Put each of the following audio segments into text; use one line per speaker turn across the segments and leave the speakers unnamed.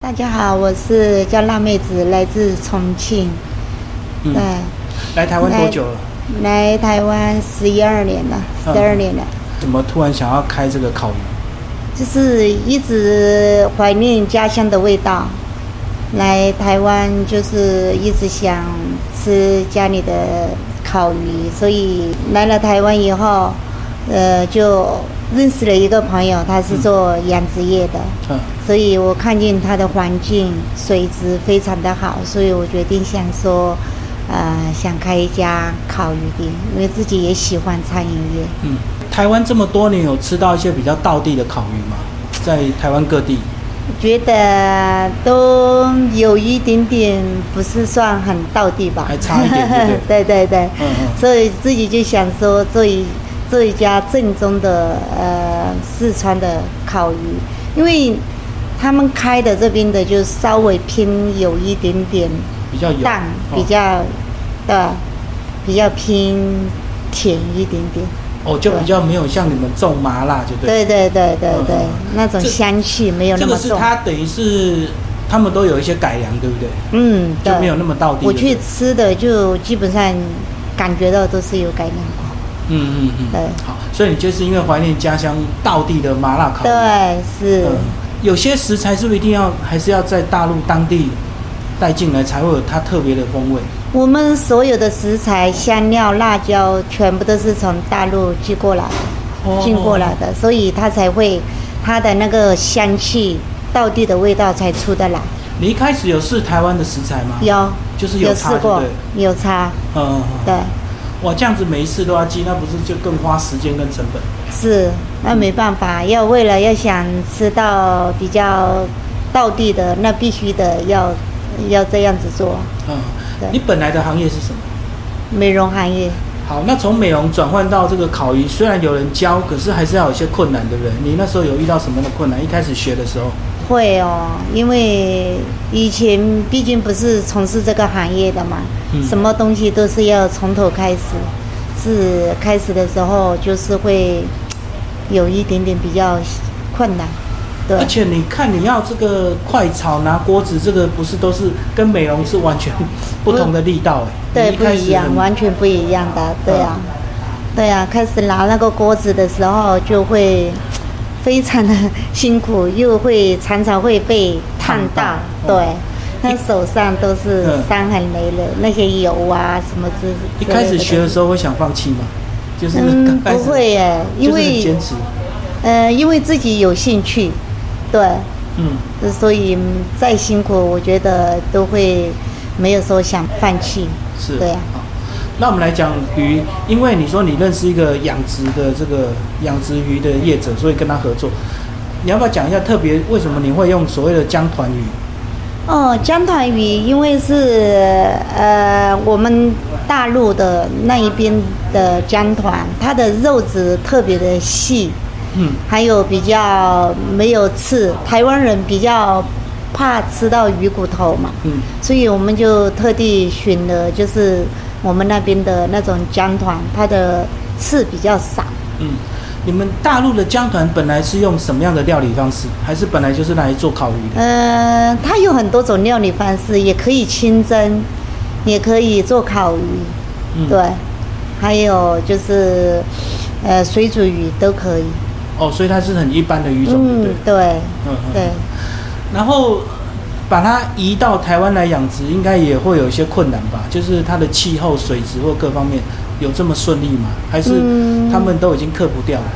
大家好，我是叫辣妹子，来自重庆。
嗯
对，
来台湾多久了？
来台湾十一二年了，
嗯
十二年了，
怎么突然想要开这个烤鱼？
就是一直怀念家乡的味道。来台湾就是一直想吃家里的烤鱼，所以来了台湾以后，呃，就认识了一个朋友，他是做养殖业的。
嗯，
所以我看见它的环境水质非常的好，所以我决定想说，呃，想开一家烤鱼店，因为自己也喜欢餐饮业。
嗯，台湾这么多年有吃到一些比较道地的烤鱼吗？在台湾各地，
觉得都有一点点不是算很到地吧，
还差一点对 不
对对对
嗯嗯
所以自己就想说做一做一家正宗的呃四川的烤鱼，因为他们开的这边的就稍微偏有一点点
比较有
淡，
哦
比较对，比较偏甜一点点，
哦，就比较没有像你们重麻辣，就对。
对对对对
嗯
对，那种
这
香气没有
这
那么
个是
重。
它等于是他们都有一些改良，对不对？
嗯，对
就没有那么到地
我
就
去
对
吃的就基本上感觉到都是有改良过。
嗯嗯嗯。
对
好，所以你就是因为怀念家乡道地的麻辣烤鱼。
对，是，
嗯，有些食材是不是一定要还是要在大陆当地带进来，才会有它特别的风味？
我们所有的食材、香料、辣椒全部都是从大陆寄过来的、
哦
进过来的，所以它才会它的那个香气、道地的味道才出得来。
你一开始有试台湾的食材吗？
有，
就是有
有
差
试过
对，
有差，
嗯，
对，
哇，这样子每一次都要记，那不是就更花时间跟成本？
是，那没办法，要为了要想吃到比较道地的，那必须的要要这样子做。
嗯
对，
你本来的行业是什么？
美容行业，
好，那从美容转换到这个烤鱼，虽然有人教，可是还是要有一些困难，对不对？你那时候有遇到什么样的困难？一开始学的时候，
会哦，因为以前毕竟不是从事这个行业的嘛，
嗯
什么东西都是要从头开始。是开始的时候就是会有一点点比较困难，对
而，且你看你要这个快炒拿锅子，这个不是都是跟美容是完全不同的力道哎、
对，
你
不
开始
一样，
很嗯
完全不一样的，对啊，对啊，开始拿那个锅子的时候就会非常的辛苦， 又会常常会被烫到
烫，到哦
对，那手上都是
嗯
伤痕累累，那些油啊什么之
一开始学的
候，
时候会想放弃吗？就是
嗯，
刚开
不
始
会耶，因
就是很
为
坚持，
呃，因为自己有兴趣，对，
嗯，
所以嗯再辛苦，我觉得都会没有说想放弃，
是，
对啊。
好那我们来讲鱼，因为你说你认识一个养殖的这个养殖鱼的业者，所以跟他合作。你要不要讲一下特别为什么你会用所谓的江团鱼？
哦，江团鱼因为是呃我们大陆的那一边的江团，它的肉质特别的细，
嗯，
还有比较没有刺。台湾人比较怕吃到鱼骨头嘛，
嗯，
所以我们就特地选了就是我们那边的那种江团，它的刺比较少。
嗯，你们大陆的江团本来是用什么样的料理方式？还是本来就是拿来做烤鱼的？
呃，它有很多种料理方式，也可以清蒸，也可以做烤鱼，
嗯
对，还有就是呃水煮鱼都可以。
哦，所以它是很一般的鱼种，对不对
嗯，？对，
嗯嗯
对，
然后把它移到台湾来养殖，应该也会有一些困难吧？就是它的气候、水质或各方面有这么顺利吗？还是
嗯
他们都已经克服掉了？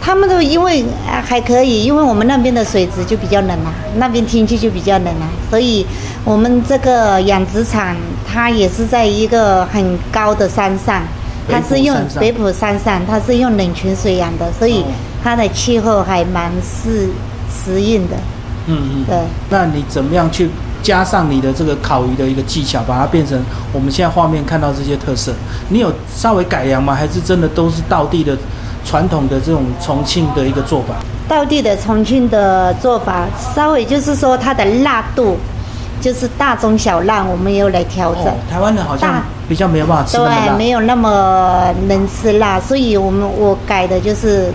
他们都因为啊还可以，因为我们那边的水质就比较冷啊，那边天气就比较冷啊，所以我们这个养殖场它也是在一个很高的山上，它是用北
北埔
埔山上，它是用冷泉水养的，所以
哦
它的气候还蛮适适应的。
嗯
对
嗯。那你怎么样去加上你的这个烤鱼的一个技巧，把它变成我们现在画面看到这些特色？你有稍微改良吗？还是真的都是道地的传统的这种重庆的一个做法？
道地的重庆的做法，稍微就是说它的辣度，就是大中小辣，我们又来调整。
哦，台湾人好像
大
比较没有办法吃那么
对，
辣。
没有那么能吃辣，所以我们我改的就是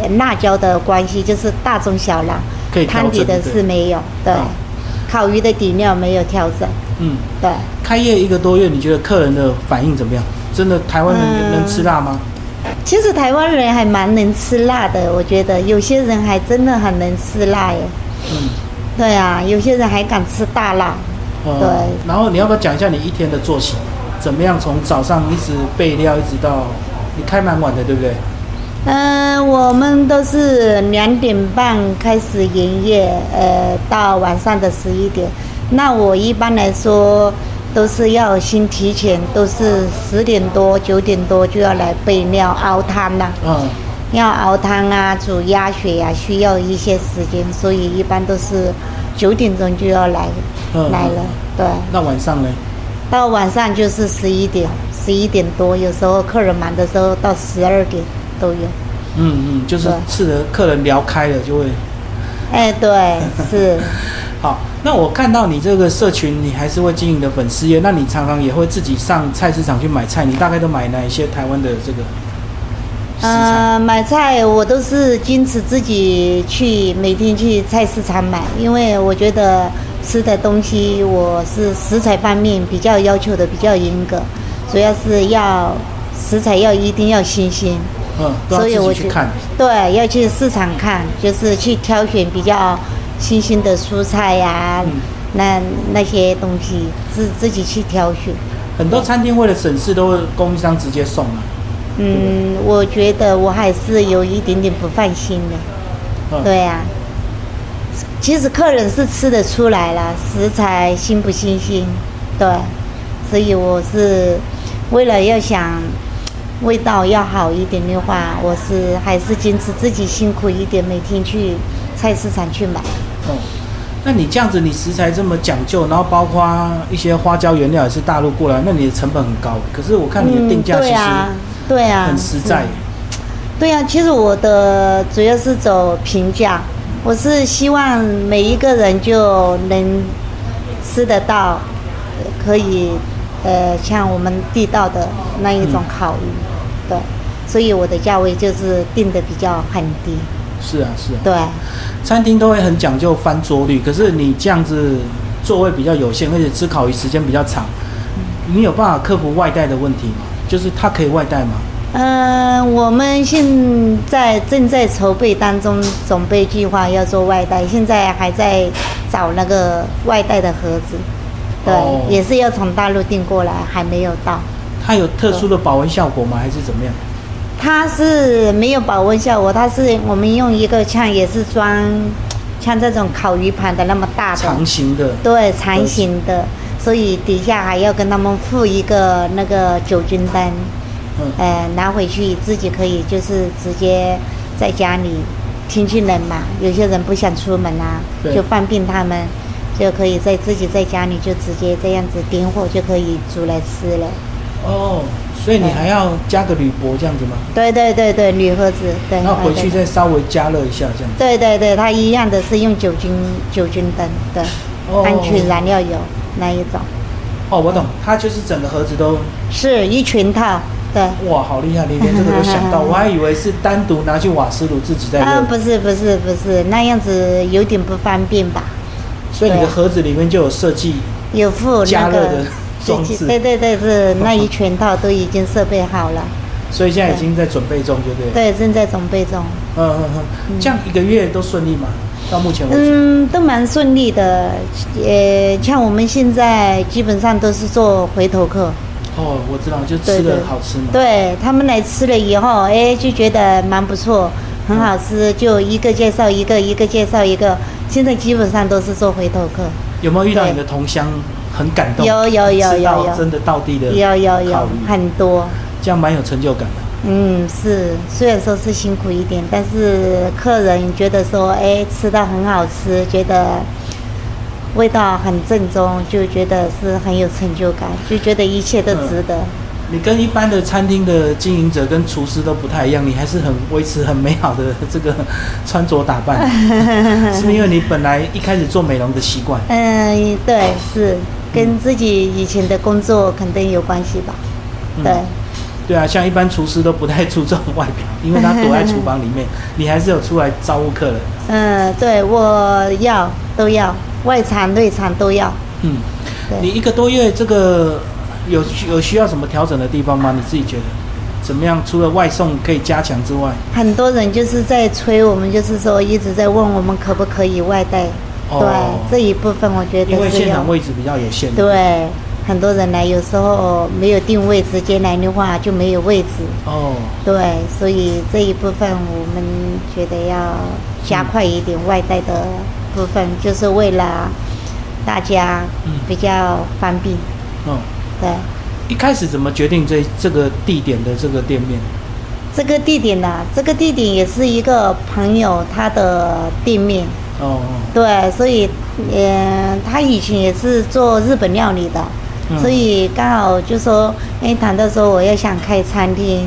呃辣椒的关系，就是大中小辣
可以，调
汤
整
底的
对
是没有，对，
嗯
烤鱼的底料没有调整，
嗯，
对，
开业一个多月，你觉得客人的反应怎么样？真的台湾人、
嗯
能吃辣吗？
其实台湾人还蛮能吃辣的，我觉得有些人还真的很能吃辣耶。
嗯，
对啊，有些人还敢吃大辣。
呃
嗯对，
然后你要不要讲一下你一天的作息？怎么样从早上一直备料，一直到你开蛮晚的，对不对？
嗯、我们都是两点半开始营业，呃，到晚上的十一点。那我一般来说都是要先提前，都是十点多、九点多就要来备料熬汤了、
嗯，
要熬汤啊、煮鸭血呀、需要一些时间，所以一般都是九点钟就要来、
嗯
来了。对，
那晚上呢？
到晚上就是十一点、十一点多，有时候客人忙的时候到十二点都有。
嗯嗯，就是
对
吃的客人聊开了就会
哎，对， 是，
好。那我看到你这个社群，你还是会经营的粉丝页，那你常常也会自己上菜市场去买菜，你大概都买哪一些台湾的这个食材？
呃，买菜我都是坚持自己去每天去菜市场买，因为我觉得吃的东西我是食材方面比较要求的比较严格，主要是要食材要一定要新鲜。
嗯，都
所以
要
我
自己
觉
去
得
看。
对，要去市场看，就是去挑选比较新鲜的蔬菜呀、
嗯
那那些东西自自己去挑选。
很多餐厅为了省事，都会供应商直接送啊。
嗯，我觉得我还是有一点点不放心的。
嗯，
对呀、其实客人是吃得出来啦，食材新不新鲜，对，所以我是为了要想味道要好一点的话，我是还是坚持自己辛苦一点，每天去菜市场去买。
哦，那你这样子，你食材这么讲究，然后包括一些花椒原料也是大陆过来，那你的成本很高。欸可是我看你的定价
嗯对啊嗯
其
呀，
实
对呀，
很实在
是。对呀、其实我的主要是走平价，我是希望每一个人就能吃得到，呃可以呃像我们地道的那一种烤鱼，对，所以我的价位就是定的比较很低，
是啊是啊，
对，
餐厅都会很讲究翻桌率，可是你这样子座位比较有限，而且吃烤鱼时间比较长，你有办法克服外带的问题吗？就是它可以外带吗？
嗯、我们现在正在筹备当中，准备计划要做外带，现在还在找那个外带的盒子，对，
哦
也是要从大陆订过来，还没有到。
它有特殊的保温效果吗？还是怎么样？
它是没有保温效果，它是我们用一个像也是装像这种烤鱼盘的那么大的，
长形的，
对，长形的，所以底下还要跟他们附一个那个酒精灯，
嗯，
呃，拿回去自己可以就是直接在家里，天气冷嘛，有些人不想出门啊，
对
就方便他们。就可以在自己在家里就直接这样子点火就可以煮来吃了。
哦，所以你还要加个铝箔这样子吗？
对对对对，铝盒子，对。
然后回
对
去
对
再稍微加热一下这样子。
对对对，它一样的是用酒精酒精灯对，
哦
安全燃料油那一种，
哦，我懂，它就是整个盒子都，
是一全套对。
哇，好厉害！你连这个都 想到，我还以为是单独拿去瓦斯炉自己再
啊，
热，
不是不是不是，那样子有点不方便吧？
所以你的盒子里面就有设计。
有附那
加热的
个
装
自己
置
对对对 是，那一全套都已经设备好了，
所以现在已经在准备中，对不对？
对，正在准备中。
嗯嗯嗯，这样一个月都顺利吗？到目前为止，
嗯，都蛮顺利的，呃，像我们现在基本上都是做回头客，
哦，我知道，就吃
对对
的好吃嘛。
对他们来吃了以后，哎，就觉得蛮不错，很好吃，就一个介绍一个，一个介绍一个。现在基本上都是做回头客，
有没有遇到
对
你的同乡很感动？
有有有
吃到
有有
真的到地的
有有
烤
有
鱼，
很多。
这样蛮有成就感的。
嗯，是，虽然说是辛苦一点，但是客人觉得说，哎，吃到很好吃，觉得味道很正宗，就觉得是很有成就感，就觉得一切都值得。
你跟一般的餐厅的经营者跟厨师都不太一样，你还是很维持很美好的这个穿着打扮， 是不是因为你本来一开始做美容的习惯？
嗯，对，是跟自己以前的工作肯定有关系吧？
嗯
对。
对啊，像一般厨师都不太注重外表，因为他躲在厨房里面，你还是有出来招呼客人。
嗯，对，我要都要，外场内场都要。
嗯，
对
你一个多月这个有有需要什么调整的地方吗？你自己觉得怎么样？除了外送可以加强之外，
很多人就是在催我们，就是说一直在问我们可不可以外带。
哦
对这一部分，我觉
因为
得是
现
要
场位置比较有限。，
对很多人来，有时候没有定位，直接来的话就没有位置。
哦，
对，所以这一部分我们觉得要加快一点外带的部分，就是为了大家
嗯
比较方便。
嗯，
对，
一开始怎么决定这这个地点的这个店面？
这个地点呢、啊这个地点也是一个朋友他的店面。
哦，
对，所以，嗯、他以前也是做日本料理的，
嗯
所以刚好就说，哎，谈到说我要想开餐厅，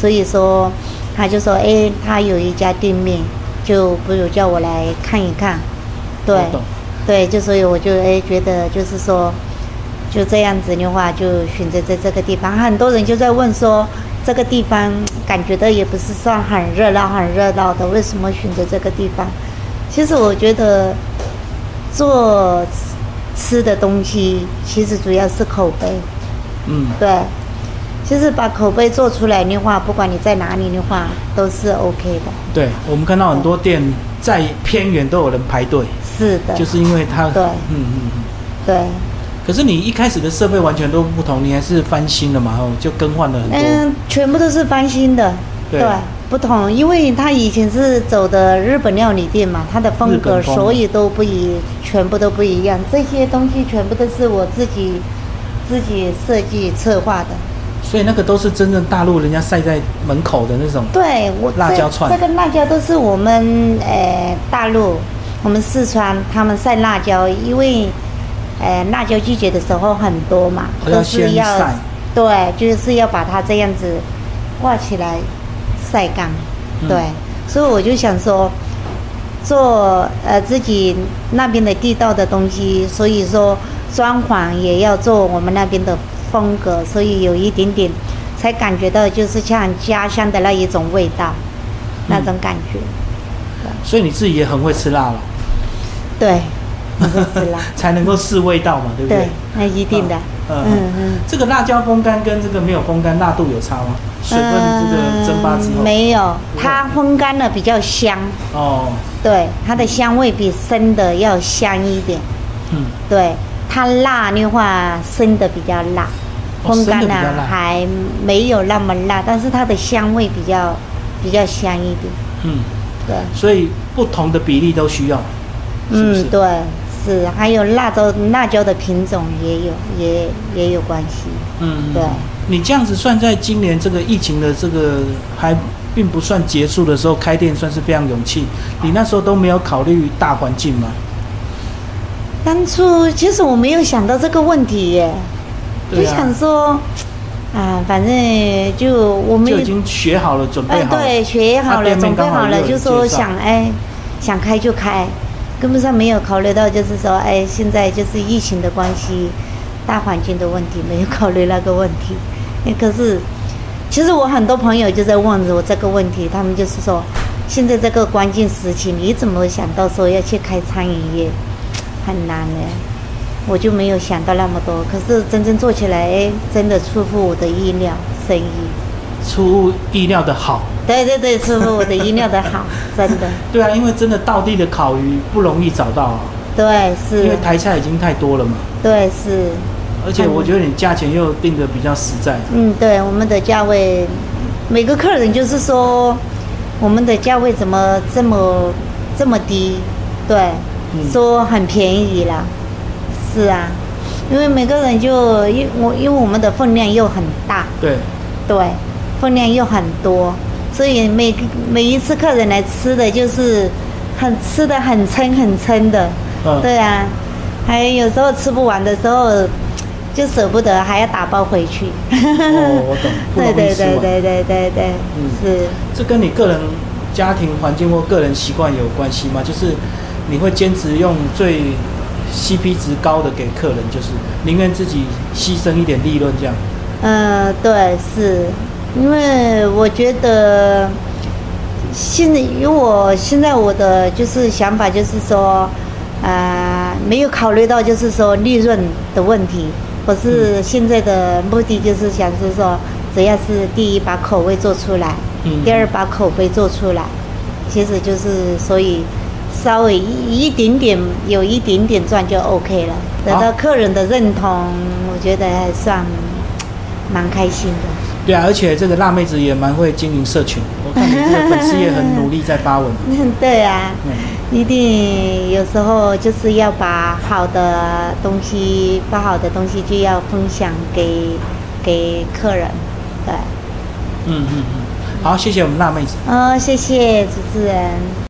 所以说，他就说，哎，他有一家店面，就不如叫我来看一看，对
我，懂
对，就所以我就哎觉得就是说，就这样子的话，就选择在这个地方，很多人就在问说。这个地方感觉到也不是算很热闹、很热闹的，为什么选择这个地方？其实我觉得做吃的东西，其实主要是口碑。
嗯，
对，其实把口碑做出来的话，不管你在哪里的话，都是 OK 的。
对，我们看到很多店在偏远都有人排队，
是的，
就是因为它，
对
嗯嗯嗯。
对，
可是你一开始的设备完全都不同，你还是翻新了嘛，哦，就更换了很多。
嗯，全部都是翻新的。
对
不同，因为他以前是走的日本料理店嘛，他的风
日
格
本风
所以都不一，全部都不一样。这些东西全部都是我自己自己设计策划的。
所以那个都是真正大陆人家晒在门口的那种。
对，我
辣椒串
这这个辣椒都是我们呃大陆，我们四川他们晒辣椒，因为呃辣椒季节的时候很多嘛，
哦要
都是
先
要
晒
对，就是要把它这样子挂起来晒干，
嗯
对，所以我就想说。做呃自己那边的地道的东西，所以说装潢也要做我们那边的风格，所以有一点点才感觉到就是像家乡的那一种味道，那种感觉。
所以你自己也很会吃辣了，
对，是啦，
才能够试味道嗯嘛，对不对？
对，那一定的。
嗯
嗯
嗯
嗯。
这个辣椒风干跟这个没有风干辣度有差吗？水分这个蒸发之后，
嗯没有，它烘干了比较香，
哦，
对，它的香味比生的要香一点。
嗯，
对，它辣的话，生的比较辣，
哦
烘干
生的比较辣
呢还没有那么辣，但是它的香味比较比较香一点。
嗯，
对，
所以不同的比例都需要，是不是？
嗯，对，是，还有辣椒辣椒的品种也有也也有关系。
嗯，
对。
你这样子算，在今年这个疫情的这个还并不算结束的时候开店，算是非常勇气。你那时候都没有考虑大环境吗？
当初其实我没有想到这个问题耶，就
对啊
想说，啊，反正就我们
就已经学好了，准备
哎，
好了。
对，学好
啊
了，
店面
准备
刚好
好
也
了，
有
就
人
说
介绍
想哎，想开就开，根本上没有考虑到，就是说哎，现在就是疫情的关系，大环境的问题，没有考虑那个问题。 哎可是，其实我很多朋友就在问我这个问题，他们就是说，现在这个关键时期，你怎么想到说要去开餐饮业，很难呢？我就没有想到那么多，可是真正做起来，哎，真的出乎我的意料，生意。
出乎意料的好。
对对对，师傅，我的意料的 好，真的，
对啊，因为真的道地的烤鱼不容易找到、啊，
对
因为
是，
台菜已经太多了嘛。
对是，
而且我觉得你价钱又定的比较实在，
嗯，对，我们的价位，每个客人就是说，我们的价位怎么这么这么低？对，
嗯
说很便宜啦，是啊，因为每个人就因我因为我们的分量又很大，
对，
对，分量又很多，所以每每一次客人来吃的就是很吃的很撑很撑的，
嗯
对啊，还有时候吃不完的时候就舍不得，还要打包回去。
哦我 懂不容
对
易
对
吃
对
完
对对对对，
嗯
是。
这跟你个人家庭环境或个人习惯有关系吗？就是你会坚持用最 CP 值高的给客人，就是宁愿自己牺牲一点利润这样。
嗯，对，是因为我觉得现在，因为我现在我的就是想法就是说，呃，没有考虑到就是说利润的问题。我
嗯
是现在的目的就是想是说，只要是第一把口味做出来，
嗯
第二把口碑做出来，其实就是所以稍微一一点点有一点点赚就 OK 了，得
好
到客人的认同，我觉得还算蛮开心的。
对啊，而且这个辣妹子也蛮会经营社群，我看你这个粉丝也很努力在发文。
嗯，对啊，
嗯，
一定有时候就是要把好的东西、不好的东西就要分享给给客人。对，
嗯嗯嗯，好，谢谢我们辣妹子。
呃哦，谢谢主持人。